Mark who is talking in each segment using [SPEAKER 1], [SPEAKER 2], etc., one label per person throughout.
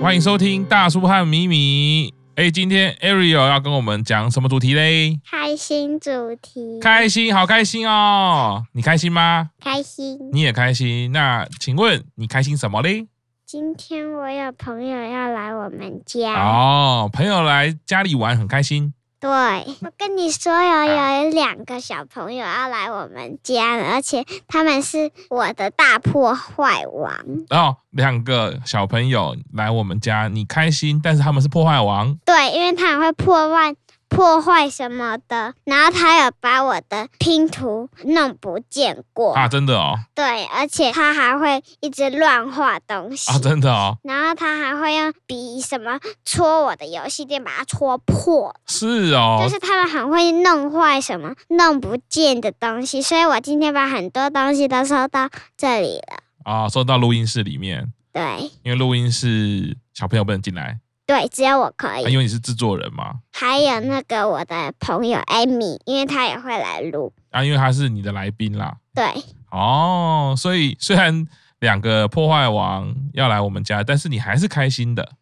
[SPEAKER 1] 欢迎收听大叔和米米。哎，今天 Ariel 要跟我们讲什么主题嘞？
[SPEAKER 2] 开心主题，
[SPEAKER 1] 开心，好开心哦！你开心吗？
[SPEAKER 2] 开心。
[SPEAKER 1] 你也开心？那请问你开心什么嘞？
[SPEAKER 2] 今天我有朋友要来我们家，
[SPEAKER 1] 哦，朋友来家里玩很开心。
[SPEAKER 2] 对，我跟你说有有两个小朋友要来我们家，而且他们是我的大破坏王。
[SPEAKER 1] 然后哦两个小朋友来我们家，你开心，但是他们是破坏王。
[SPEAKER 2] 对，因为他们会破坏破坏什么的，然后他有把我的拼图弄不见过，
[SPEAKER 1] 啊，真的哦，
[SPEAKER 2] 对，而且他还会一直乱画东西。
[SPEAKER 1] 啊，真的哦，
[SPEAKER 2] 然后他还会用笔什么戳我的游戏垫，把它戳破。
[SPEAKER 1] 是哦
[SPEAKER 2] 就，是他们很会弄坏什么弄不见的东西，所以我今天把很多东西都收到这里了。
[SPEAKER 1] 啊，收到录音室里面，
[SPEAKER 2] 对
[SPEAKER 1] 因为录音室小朋友不能进来，
[SPEAKER 2] 对，只有我可
[SPEAKER 1] 啊
[SPEAKER 2] 以。
[SPEAKER 1] 因为你是制作人嘛，
[SPEAKER 2] 还有那个我的朋友 Amy，因为她也会来录。
[SPEAKER 1] 啊，因为他是你的来宾啦。
[SPEAKER 2] 对
[SPEAKER 1] 哦，所以虽然两个破坏王要来我们家，但是你还是开心的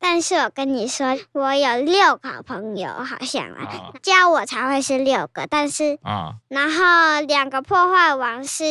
[SPEAKER 2] 但是我跟你说，我有六个好朋友，好像
[SPEAKER 1] 啊
[SPEAKER 2] 啊，加我才会是六个。但是，
[SPEAKER 1] 啊
[SPEAKER 2] 然后两个破坏王是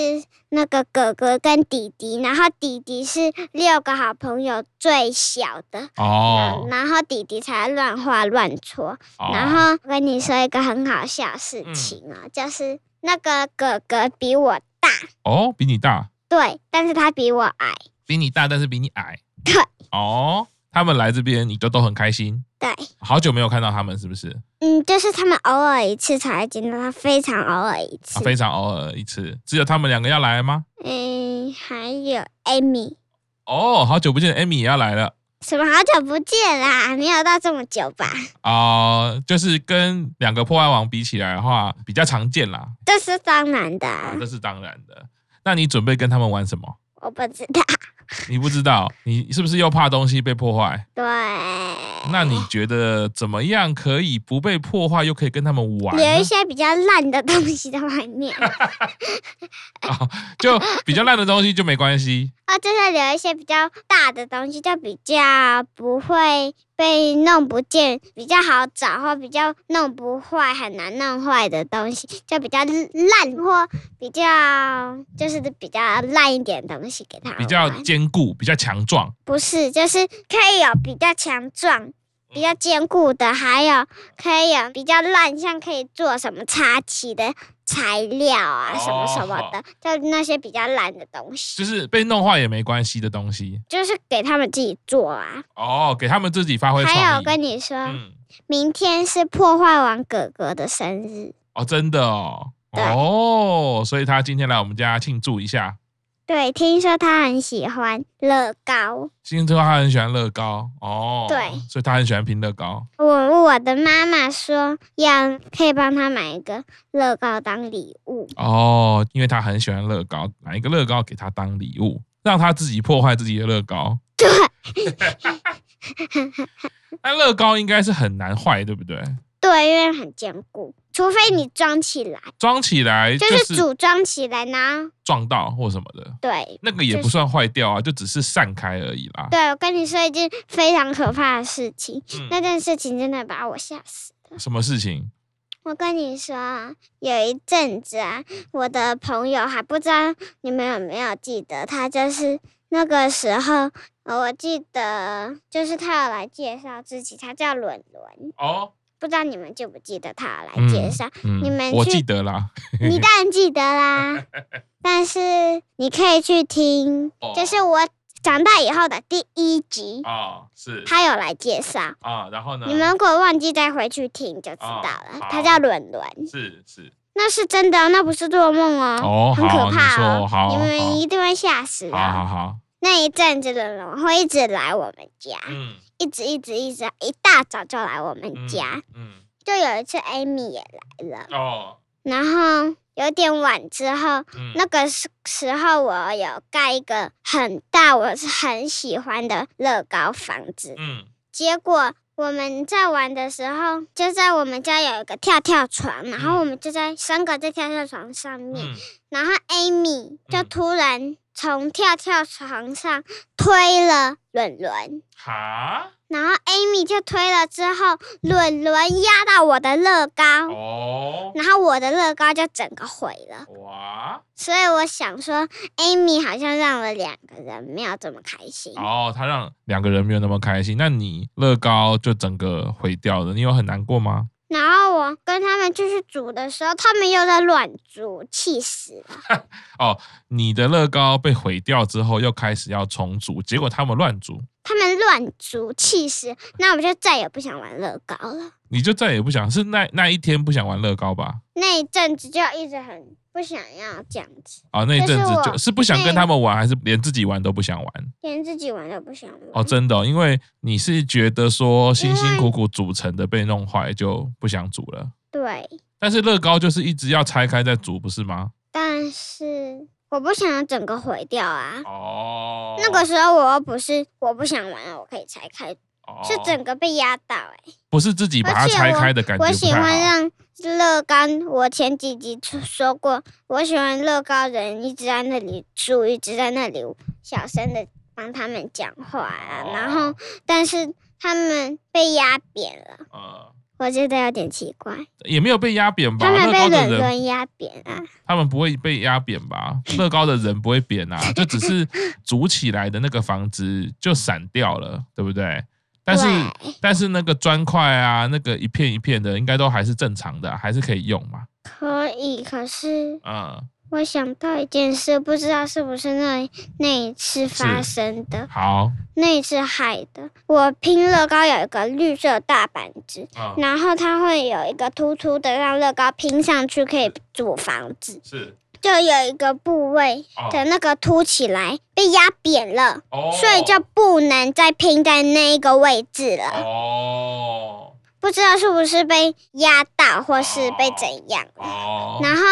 [SPEAKER 2] 那个哥哥跟弟弟，然后弟弟是六个好朋友最小的，
[SPEAKER 1] 哦，
[SPEAKER 2] 然后弟弟才乱画乱戳。
[SPEAKER 1] 哦
[SPEAKER 2] 嗯然后我跟你说一个很好笑的事情哦，
[SPEAKER 1] 嗯
[SPEAKER 2] 就是那个哥哥比我大，
[SPEAKER 1] 哦比你大，
[SPEAKER 2] 对，但是他比我矮，
[SPEAKER 1] 比你大，但是比你矮。
[SPEAKER 2] 对
[SPEAKER 1] 哦，他们来这边你就都很开心，
[SPEAKER 2] 对，
[SPEAKER 1] 好久没有看到他们是不是？
[SPEAKER 2] 嗯，就是他们偶尔一次才会见到他，非常偶尔一
[SPEAKER 1] 啊，
[SPEAKER 2] 次。
[SPEAKER 1] 非常偶尔一次，只有他们两个要来吗？
[SPEAKER 2] 嗯，还有 Amy，
[SPEAKER 1] 哦，好久不见，Amy 也要来了
[SPEAKER 2] 什么好久不见啦，没有到这么久吧？
[SPEAKER 1] 啊、就是跟两个破坏王比起来的话，比较常见啦，
[SPEAKER 2] 这是当然的啊，
[SPEAKER 1] 啊，这是当然的。那你准备跟他们玩什么？
[SPEAKER 2] 我不知道。
[SPEAKER 1] 你不知道，你是不是又怕东西被破坏？
[SPEAKER 2] 对，
[SPEAKER 1] 那你觉得怎么样可以不被破坏，又可以跟他们玩呢？
[SPEAKER 2] 留一些比较烂的东西在外面，
[SPEAKER 1] 就比较烂的东西就没关 系
[SPEAKER 2] 啊，就是留一些比较大的东西，就比较不会被弄不见，比较好找，或比较弄不坏，很难弄坏的东西，就比较烂或比较就是比较烂一点的东西给他们
[SPEAKER 1] 比较
[SPEAKER 2] 玩
[SPEAKER 1] 坚固、比较强壮。
[SPEAKER 2] 不是，就是可以有比较强
[SPEAKER 1] 嗯
[SPEAKER 2] 壮。比较坚固的，还有可以有比较烂，像可以做什么插旗的材料啊，什么什
[SPEAKER 1] 哦
[SPEAKER 2] 么的，就那些比较烂的东西，
[SPEAKER 1] 就是被弄坏也没关系的东西
[SPEAKER 2] 就是给他们自己做啊。
[SPEAKER 1] 哦，给他们自己发挥
[SPEAKER 2] 还有，
[SPEAKER 1] 创
[SPEAKER 2] 我
[SPEAKER 1] 意。
[SPEAKER 2] 跟你说，
[SPEAKER 1] 嗯，
[SPEAKER 2] 明天是破坏王哥哥的生日。
[SPEAKER 1] 哦，真的哦，
[SPEAKER 2] 对
[SPEAKER 1] 哦，所以他今天来我们家庆祝一下。
[SPEAKER 2] 对，听说他很喜欢乐高。
[SPEAKER 1] 今天他很喜欢乐高哦，
[SPEAKER 2] 对
[SPEAKER 1] 所以他很喜欢拼乐高
[SPEAKER 2] 我我的妈妈说要可以帮他买一个乐高当礼物。
[SPEAKER 1] 哦，因为他很喜欢乐高，买一个乐高给他当礼物，让他自己破坏自己的乐高。
[SPEAKER 2] 对，
[SPEAKER 1] 那乐高应该是很难坏，对不对？
[SPEAKER 2] 对，因为很坚固，除非你装起来，
[SPEAKER 1] 装起来嗯就
[SPEAKER 2] 就是
[SPEAKER 1] 是
[SPEAKER 2] 组装起来呢。
[SPEAKER 1] 撞到或什么的，
[SPEAKER 2] 对，
[SPEAKER 1] 那个也
[SPEAKER 2] 就是
[SPEAKER 1] 不算坏掉啊，就只是散开而已啦。
[SPEAKER 2] 对我跟你说一件非常可怕的事情，
[SPEAKER 1] 嗯
[SPEAKER 2] 那件事情真的把我吓死。
[SPEAKER 1] 什么事情？
[SPEAKER 2] 我跟你说啊，有一阵子啊，我的朋友还不知道你们有没有记得，他就是那个时候，呃我记得就是他有来介绍自己，他叫伦伦，
[SPEAKER 1] 哦，
[SPEAKER 2] 不知道你们记不记得他有来介绍？
[SPEAKER 1] 嗯
[SPEAKER 2] 你们
[SPEAKER 1] 我
[SPEAKER 2] 去
[SPEAKER 1] 记得啦。
[SPEAKER 2] 你当然记 得啦，但是你可以去听，
[SPEAKER 1] 哦
[SPEAKER 2] 这是我长大以后的第一集，
[SPEAKER 1] 哦，是
[SPEAKER 2] 他有来介绍。
[SPEAKER 1] 啊，然后呢
[SPEAKER 2] 你们如果忘记再回去听就知
[SPEAKER 1] 哦
[SPEAKER 2] 道了，
[SPEAKER 1] 好
[SPEAKER 2] 他叫伦伦。
[SPEAKER 1] 是是
[SPEAKER 2] 那是真的，啊那不是做梦
[SPEAKER 1] 哦
[SPEAKER 2] 哦，很
[SPEAKER 1] 好
[SPEAKER 2] 可怕
[SPEAKER 1] 你说
[SPEAKER 2] 哦，
[SPEAKER 1] 好
[SPEAKER 2] 你
[SPEAKER 1] 好
[SPEAKER 2] 们一啊定会吓死
[SPEAKER 1] 好好
[SPEAKER 2] 的。
[SPEAKER 1] 好，
[SPEAKER 2] 那一阵子的人会一直来我们家，
[SPEAKER 1] 嗯
[SPEAKER 2] 一直一直一直，一大早就来我们
[SPEAKER 1] 嗯
[SPEAKER 2] 家。
[SPEAKER 1] 嗯
[SPEAKER 2] 就有一次，Amy 也来了，
[SPEAKER 1] 哦
[SPEAKER 2] 然后有点晚之后，
[SPEAKER 1] 嗯
[SPEAKER 2] 那个时时候我有盖一个很大，我是很喜欢的乐高房子，
[SPEAKER 1] 嗯
[SPEAKER 2] 结果我们在玩的时候，就在我们家有一个跳跳床，然
[SPEAKER 1] 嗯
[SPEAKER 2] 后我们就在三个在跳跳床上面，然后 Amy 就
[SPEAKER 1] 嗯
[SPEAKER 2] 突然从跳跳床上推了伦伦，
[SPEAKER 1] 哈，
[SPEAKER 2] 然后 Amy 就推了之后，伦伦压到我的乐高，
[SPEAKER 1] 哦，
[SPEAKER 2] 然后我的乐高就整个毁了。
[SPEAKER 1] 哇，
[SPEAKER 2] 所以我想说，Amy 好像让了两个人没有这么开心。
[SPEAKER 1] 哦，他让两个人没有那么开心，那你乐高就整个毁掉了，你有很难过吗？
[SPEAKER 2] 然后我跟他们继续煮的时候，他们又在乱煮，气死了。
[SPEAKER 1] 你的乐高被毁掉之后，又开始要重组，结果他们乱组，
[SPEAKER 2] 他们乱煮，气死。那我就再也不想玩乐高了。
[SPEAKER 1] 你就再也不想是那那一天不想玩乐高吧？
[SPEAKER 2] 那一阵子就一直很不想要这样子，
[SPEAKER 1] 啊，那一阵子
[SPEAKER 2] 但是
[SPEAKER 1] 就
[SPEAKER 2] 我
[SPEAKER 1] 是不想跟
[SPEAKER 2] 那
[SPEAKER 1] 他们玩，还是连自己玩都不想玩？
[SPEAKER 2] 连自己玩都不想玩。
[SPEAKER 1] 哦，真的哦、因为你是觉得说辛辛苦苦组成的被弄坏就不想组了，
[SPEAKER 2] 对，
[SPEAKER 1] 但是乐高就是一直要拆开再组，不是吗？
[SPEAKER 2] 但是我不想要整个毁掉啊。
[SPEAKER 1] 哦
[SPEAKER 2] 那个时候我又不是我不想玩了，我可以拆开，
[SPEAKER 1] 哦
[SPEAKER 2] 是
[SPEAKER 1] 整
[SPEAKER 2] 整个被压倒哎、
[SPEAKER 1] 不是自己把它
[SPEAKER 2] 而且
[SPEAKER 1] 拆开的感觉
[SPEAKER 2] 我
[SPEAKER 1] 不
[SPEAKER 2] 喜
[SPEAKER 1] 太
[SPEAKER 2] 欢
[SPEAKER 1] 好
[SPEAKER 2] 让乐高，我前几集说说过，我喜欢乐高人一直在那里住，一直在那里小声的帮他们讲话啊、
[SPEAKER 1] 哦
[SPEAKER 2] 然后但是他们被压扁了，
[SPEAKER 1] 呃，
[SPEAKER 2] 我觉得有点奇怪，
[SPEAKER 1] 也没有被压扁吧？
[SPEAKER 2] 他
[SPEAKER 1] 乐
[SPEAKER 2] 们被
[SPEAKER 1] 高的
[SPEAKER 2] 伦
[SPEAKER 1] 人
[SPEAKER 2] 伦压扁啊，
[SPEAKER 1] 他们不会被压扁吧？乐高的人不会扁啊，就只 是组起来的那个房子就散掉了，对不对？但是
[SPEAKER 2] 对
[SPEAKER 1] 但是那个砖块啊，那个一片一片的，应该都还是正常的，还是可以用嘛？
[SPEAKER 2] 可以，可是
[SPEAKER 1] 嗯，
[SPEAKER 2] 我想到一件事，不知道是不是那那一次发
[SPEAKER 1] 是
[SPEAKER 2] 生的，
[SPEAKER 1] 好，
[SPEAKER 2] 那一次害的。我拼乐高有一个绿色大板子，
[SPEAKER 1] 嗯，
[SPEAKER 2] 然后它会有一个突出的，让乐高拼上去可以组房子，
[SPEAKER 1] 是
[SPEAKER 2] 就有一个部位
[SPEAKER 1] 哦
[SPEAKER 2] 的那个凸起来被压扁了，
[SPEAKER 1] 哦
[SPEAKER 2] 所以就不能再拼在那一个位置了。
[SPEAKER 1] 哦
[SPEAKER 2] 不知道是不是被压到，或是被怎样了。
[SPEAKER 1] 哦
[SPEAKER 2] 然后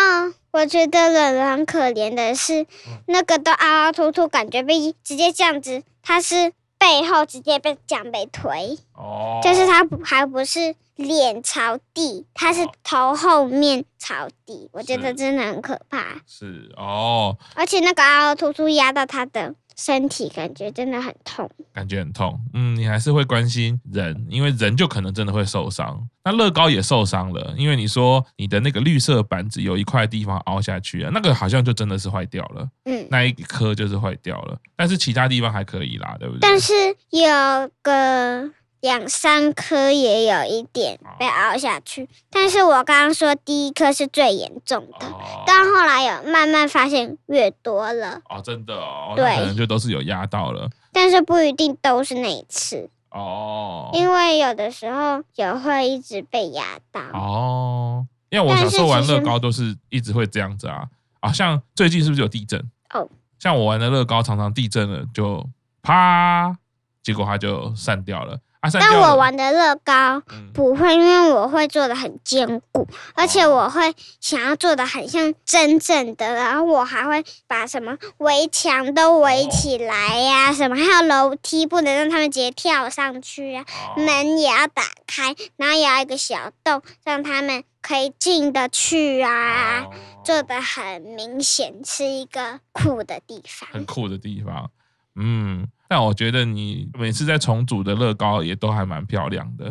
[SPEAKER 2] 我觉得冷人很可怜的是
[SPEAKER 1] 嗯，
[SPEAKER 2] 那个都凹凹凸凸，感觉被直接这样子，它是背后直接被这样被推。
[SPEAKER 1] 哦
[SPEAKER 2] 就是他不还不是脸朝地，他是
[SPEAKER 1] 哦
[SPEAKER 2] 头后面朝地，我觉
[SPEAKER 1] 是
[SPEAKER 2] 得真的很可怕。
[SPEAKER 1] 哦是哦，
[SPEAKER 2] 而且那个凹凹凸凸压到他的身体，感觉真的很痛。
[SPEAKER 1] 感觉很痛。嗯，你还是会关心人，因为人就可能真的会受伤。那乐高也受伤了，因为你说你的那个绿色板子有一块地方凹下去了，啊那个好像就真的是坏掉了，
[SPEAKER 2] 嗯，
[SPEAKER 1] 那一颗就是坏掉了，但是其他地方还可以啦，对不对？
[SPEAKER 2] 但是有个两三颗也有一点
[SPEAKER 1] 哦
[SPEAKER 2] 被凹下去，但是我刚刚说第一颗是最严重的，
[SPEAKER 1] 哦
[SPEAKER 2] 但后来有慢慢发现越多了，
[SPEAKER 1] 哦，真的哦，那
[SPEAKER 2] 对
[SPEAKER 1] 可能就都是有压到了
[SPEAKER 2] 但是不一定都是那一次，
[SPEAKER 1] 哦，
[SPEAKER 2] 因为有的时候也会一直被压到。
[SPEAKER 1] 哦，因为我
[SPEAKER 2] 但
[SPEAKER 1] 小时候
[SPEAKER 2] 是
[SPEAKER 1] 玩
[SPEAKER 2] 其实
[SPEAKER 1] 乐高都是一直会这样子啊，啊，像最近是不是有地震？
[SPEAKER 2] 哦，
[SPEAKER 1] 像我玩的乐高常常地震了就啪，结果它就散掉了啊，散掉
[SPEAKER 2] 但
[SPEAKER 1] 了。
[SPEAKER 2] 我玩的乐高
[SPEAKER 1] 嗯
[SPEAKER 2] 不会，因为我会做的很坚固，而且
[SPEAKER 1] 哦
[SPEAKER 2] 我会想要做的很像真正的，然后我还会把什么围墙都
[SPEAKER 1] 哦
[SPEAKER 2] 围起来呀、什么还有楼梯不能让他们直接跳上去啊，
[SPEAKER 1] 哦
[SPEAKER 2] 门也要打开，然后也要一个小洞让他们可以进得去啊，
[SPEAKER 1] 哦
[SPEAKER 2] 做的很明显是一个酷的地
[SPEAKER 1] 很
[SPEAKER 2] 方。
[SPEAKER 1] 酷的地方，嗯。但我觉得你每次在重组的乐高也都还蛮漂亮的，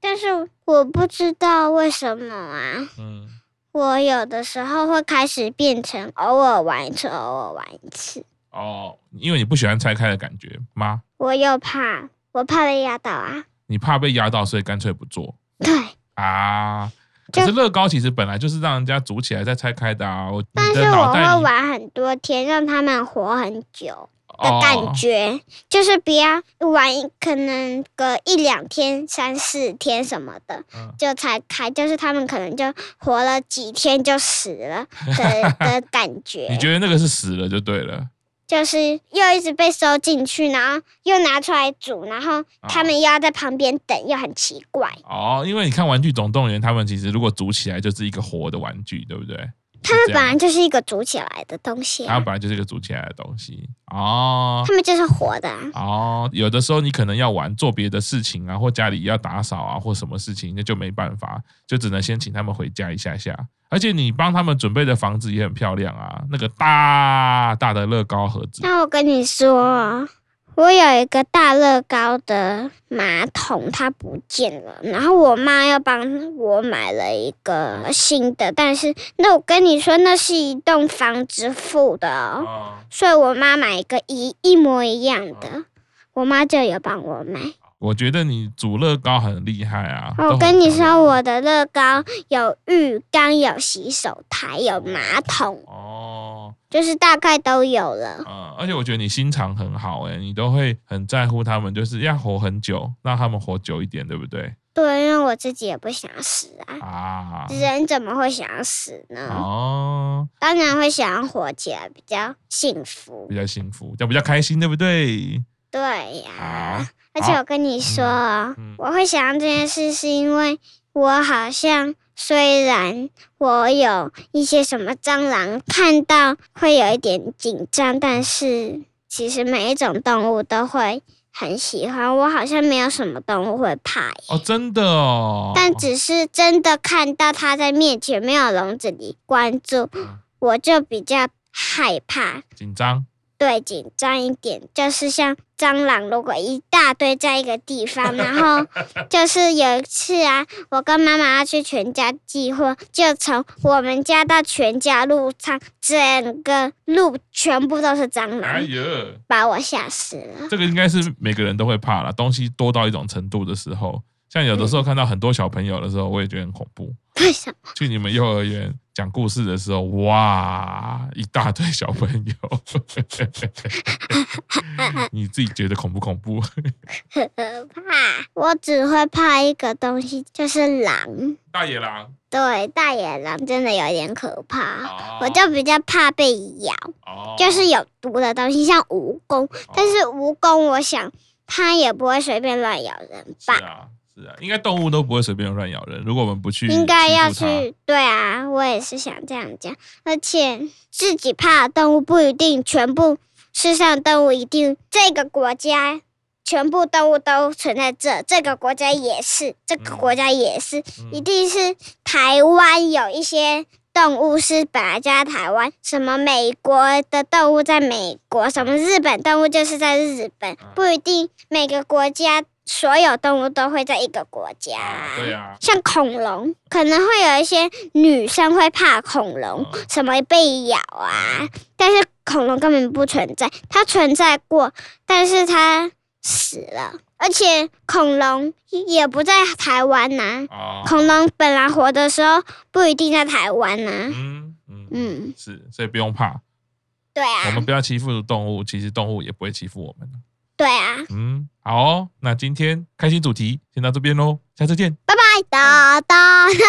[SPEAKER 2] 但是我不知道为什么啊，
[SPEAKER 1] 嗯，
[SPEAKER 2] 我有的时候会开始变成偶尔玩一次，偶尔玩一次。
[SPEAKER 1] 哦，因为你不喜欢拆开的感觉吗？
[SPEAKER 2] 我又怕，我怕被压倒啊。
[SPEAKER 1] 你怕被压到，所以干脆不做。
[SPEAKER 2] 对，
[SPEAKER 1] 啊。
[SPEAKER 2] 就
[SPEAKER 1] 可是乐高其实本来就是让人家组起来再拆开的啊，我
[SPEAKER 2] 但
[SPEAKER 1] 你
[SPEAKER 2] 是
[SPEAKER 1] 的脑
[SPEAKER 2] 我
[SPEAKER 1] 袋
[SPEAKER 2] 会
[SPEAKER 1] 里
[SPEAKER 2] 玩很多天，让他们活很久的
[SPEAKER 1] 哦
[SPEAKER 2] 感觉，就是不要玩一可能个一两天、三四天什么的
[SPEAKER 1] 嗯
[SPEAKER 2] 就才开，就是他们可能就活了几天就死了的 的感觉。
[SPEAKER 1] 你觉得那个是死了就对了，
[SPEAKER 2] 就是又一直被收进去，然后又拿出来煮，然后
[SPEAKER 1] 啊
[SPEAKER 2] 他们又要在旁边等，又很奇怪。
[SPEAKER 1] 哦，因为你看《玩具总动员》，他们其实如果组起来就是一个活的玩具，对不对？是
[SPEAKER 2] 它们
[SPEAKER 1] 这
[SPEAKER 2] 本
[SPEAKER 1] 样
[SPEAKER 2] 来就是一个组起来的东西、
[SPEAKER 1] 它
[SPEAKER 2] 啊，
[SPEAKER 1] 本来就是一个组起来的东西哦。
[SPEAKER 2] 它们就是活的、啊。
[SPEAKER 1] 哦，有的时候你可能要玩做别的事情啊，或家里要打扫啊，或什么事情，那就没办法，就只能先请他们回家一下下。而且你帮他们准备的房子也很漂亮啊，那个大大的乐高盒子，
[SPEAKER 2] 那我跟你说，我有一个大乐高的马桶，它不见了，然后我妈又帮我买了一个新的，但是那我跟你说，那是一栋房子付的哦，
[SPEAKER 1] 哦、
[SPEAKER 2] 所以我妈买一个一一模一样的，我妈就有帮我买。
[SPEAKER 1] 我觉得你组乐高很厉害啊。都
[SPEAKER 2] 我
[SPEAKER 1] 很
[SPEAKER 2] 哦跟你
[SPEAKER 1] 漂亮
[SPEAKER 2] 说，我的乐高有浴缸、有洗手台、有马桶，
[SPEAKER 1] 哦，
[SPEAKER 2] 就是大概都有了。
[SPEAKER 1] 嗯，而且我觉得你心肠很好诶、你都会很在乎他们，就是要活很久，让他们活久一点，对不对？
[SPEAKER 2] 对，因为我自己也不想死啊。
[SPEAKER 1] 啊，
[SPEAKER 2] 人怎么会想要死呢？
[SPEAKER 1] 哦，
[SPEAKER 2] 当然会想要活起来，比较幸福
[SPEAKER 1] 比。较幸福，这样比较开心，对不对？
[SPEAKER 2] 对呀、
[SPEAKER 1] 好
[SPEAKER 2] 而且
[SPEAKER 1] 好
[SPEAKER 2] 我跟你说哦，
[SPEAKER 1] 嗯
[SPEAKER 2] 我会想要这件事，是因为我好像虽然我有一些什么蟑螂看到会有一点紧张，但是其实每一种动物都会很喜欢。我好像没有什么动物会怕耶。
[SPEAKER 1] 哦，真的哦。
[SPEAKER 2] 但只是真的看到它在面前没有笼子里关住
[SPEAKER 1] 嗯，
[SPEAKER 2] 我就比较害怕，
[SPEAKER 1] 紧张
[SPEAKER 2] 对，紧张一点。就是像蟑螂，如果一大堆在一个地方，然后 就是有一次啊，我跟妈妈要去全家寄货，就从我们家到全家路上，整个路全部都是蟑
[SPEAKER 1] 哎
[SPEAKER 2] 螂，
[SPEAKER 1] 呀，
[SPEAKER 2] 把我吓死了。
[SPEAKER 1] 这个应该是每个人都会怕啦，东西多到一种程度的时候，像有
[SPEAKER 2] 嗯
[SPEAKER 1] 的时候看到很多小朋友的时候，我也觉得很恐怖。
[SPEAKER 2] 为什么？
[SPEAKER 1] 去你们幼儿园讲故事的时候，哇，一大堆小朋友， 你自己觉得恐不恐怖？
[SPEAKER 2] 可怕！我只会怕一个东西，就是狼。
[SPEAKER 1] 大野狼，
[SPEAKER 2] 对，大野狼真的有点可怕，
[SPEAKER 1] 哦
[SPEAKER 2] 我就比较怕被咬，
[SPEAKER 1] 哦
[SPEAKER 2] 就是有毒的东西，像蜈蚣。但是蜈蚣，我想它也不会随便乱咬人
[SPEAKER 1] 是
[SPEAKER 2] 吧？
[SPEAKER 1] 啊，是啊，应该动物都不会随便乱咬人。如果我们不去，
[SPEAKER 2] 应该要。去，对啊，我也是想这样讲。而且自己怕的动物不一定全部，世上动物一定这个国家。全部动物都存在这，这个国家也是，这个
[SPEAKER 1] 嗯
[SPEAKER 2] 国家也是，一
[SPEAKER 1] 嗯
[SPEAKER 2] 定是台湾有一些动物是本来就在台湾，什么美国的动物在美国，什么日本动物就是在日本，
[SPEAKER 1] 嗯
[SPEAKER 2] 不一定每个国家所有动物都会在一个国家。
[SPEAKER 1] 啊对啊，
[SPEAKER 2] 像恐龙，可能会有一些女生会怕恐龙
[SPEAKER 1] 嗯，
[SPEAKER 2] 什么被咬啊，但是恐龙根本不存在，它存在过，但是它死了，而且恐龙也不在台湾呐、
[SPEAKER 1] 啊，
[SPEAKER 2] 恐龙本来活的时候不一定在台湾呢、
[SPEAKER 1] 嗯嗯嗯，
[SPEAKER 2] 嗯，
[SPEAKER 1] 是，所以不用怕，
[SPEAKER 2] 对
[SPEAKER 1] 我
[SPEAKER 2] 啊
[SPEAKER 1] 们，不要欺负动物，其实动物也不会欺负我们。
[SPEAKER 2] 对啊。
[SPEAKER 1] 嗯，好哦，那今天开心主题先到这边喽，下次见。
[SPEAKER 2] 拜哒哒当当。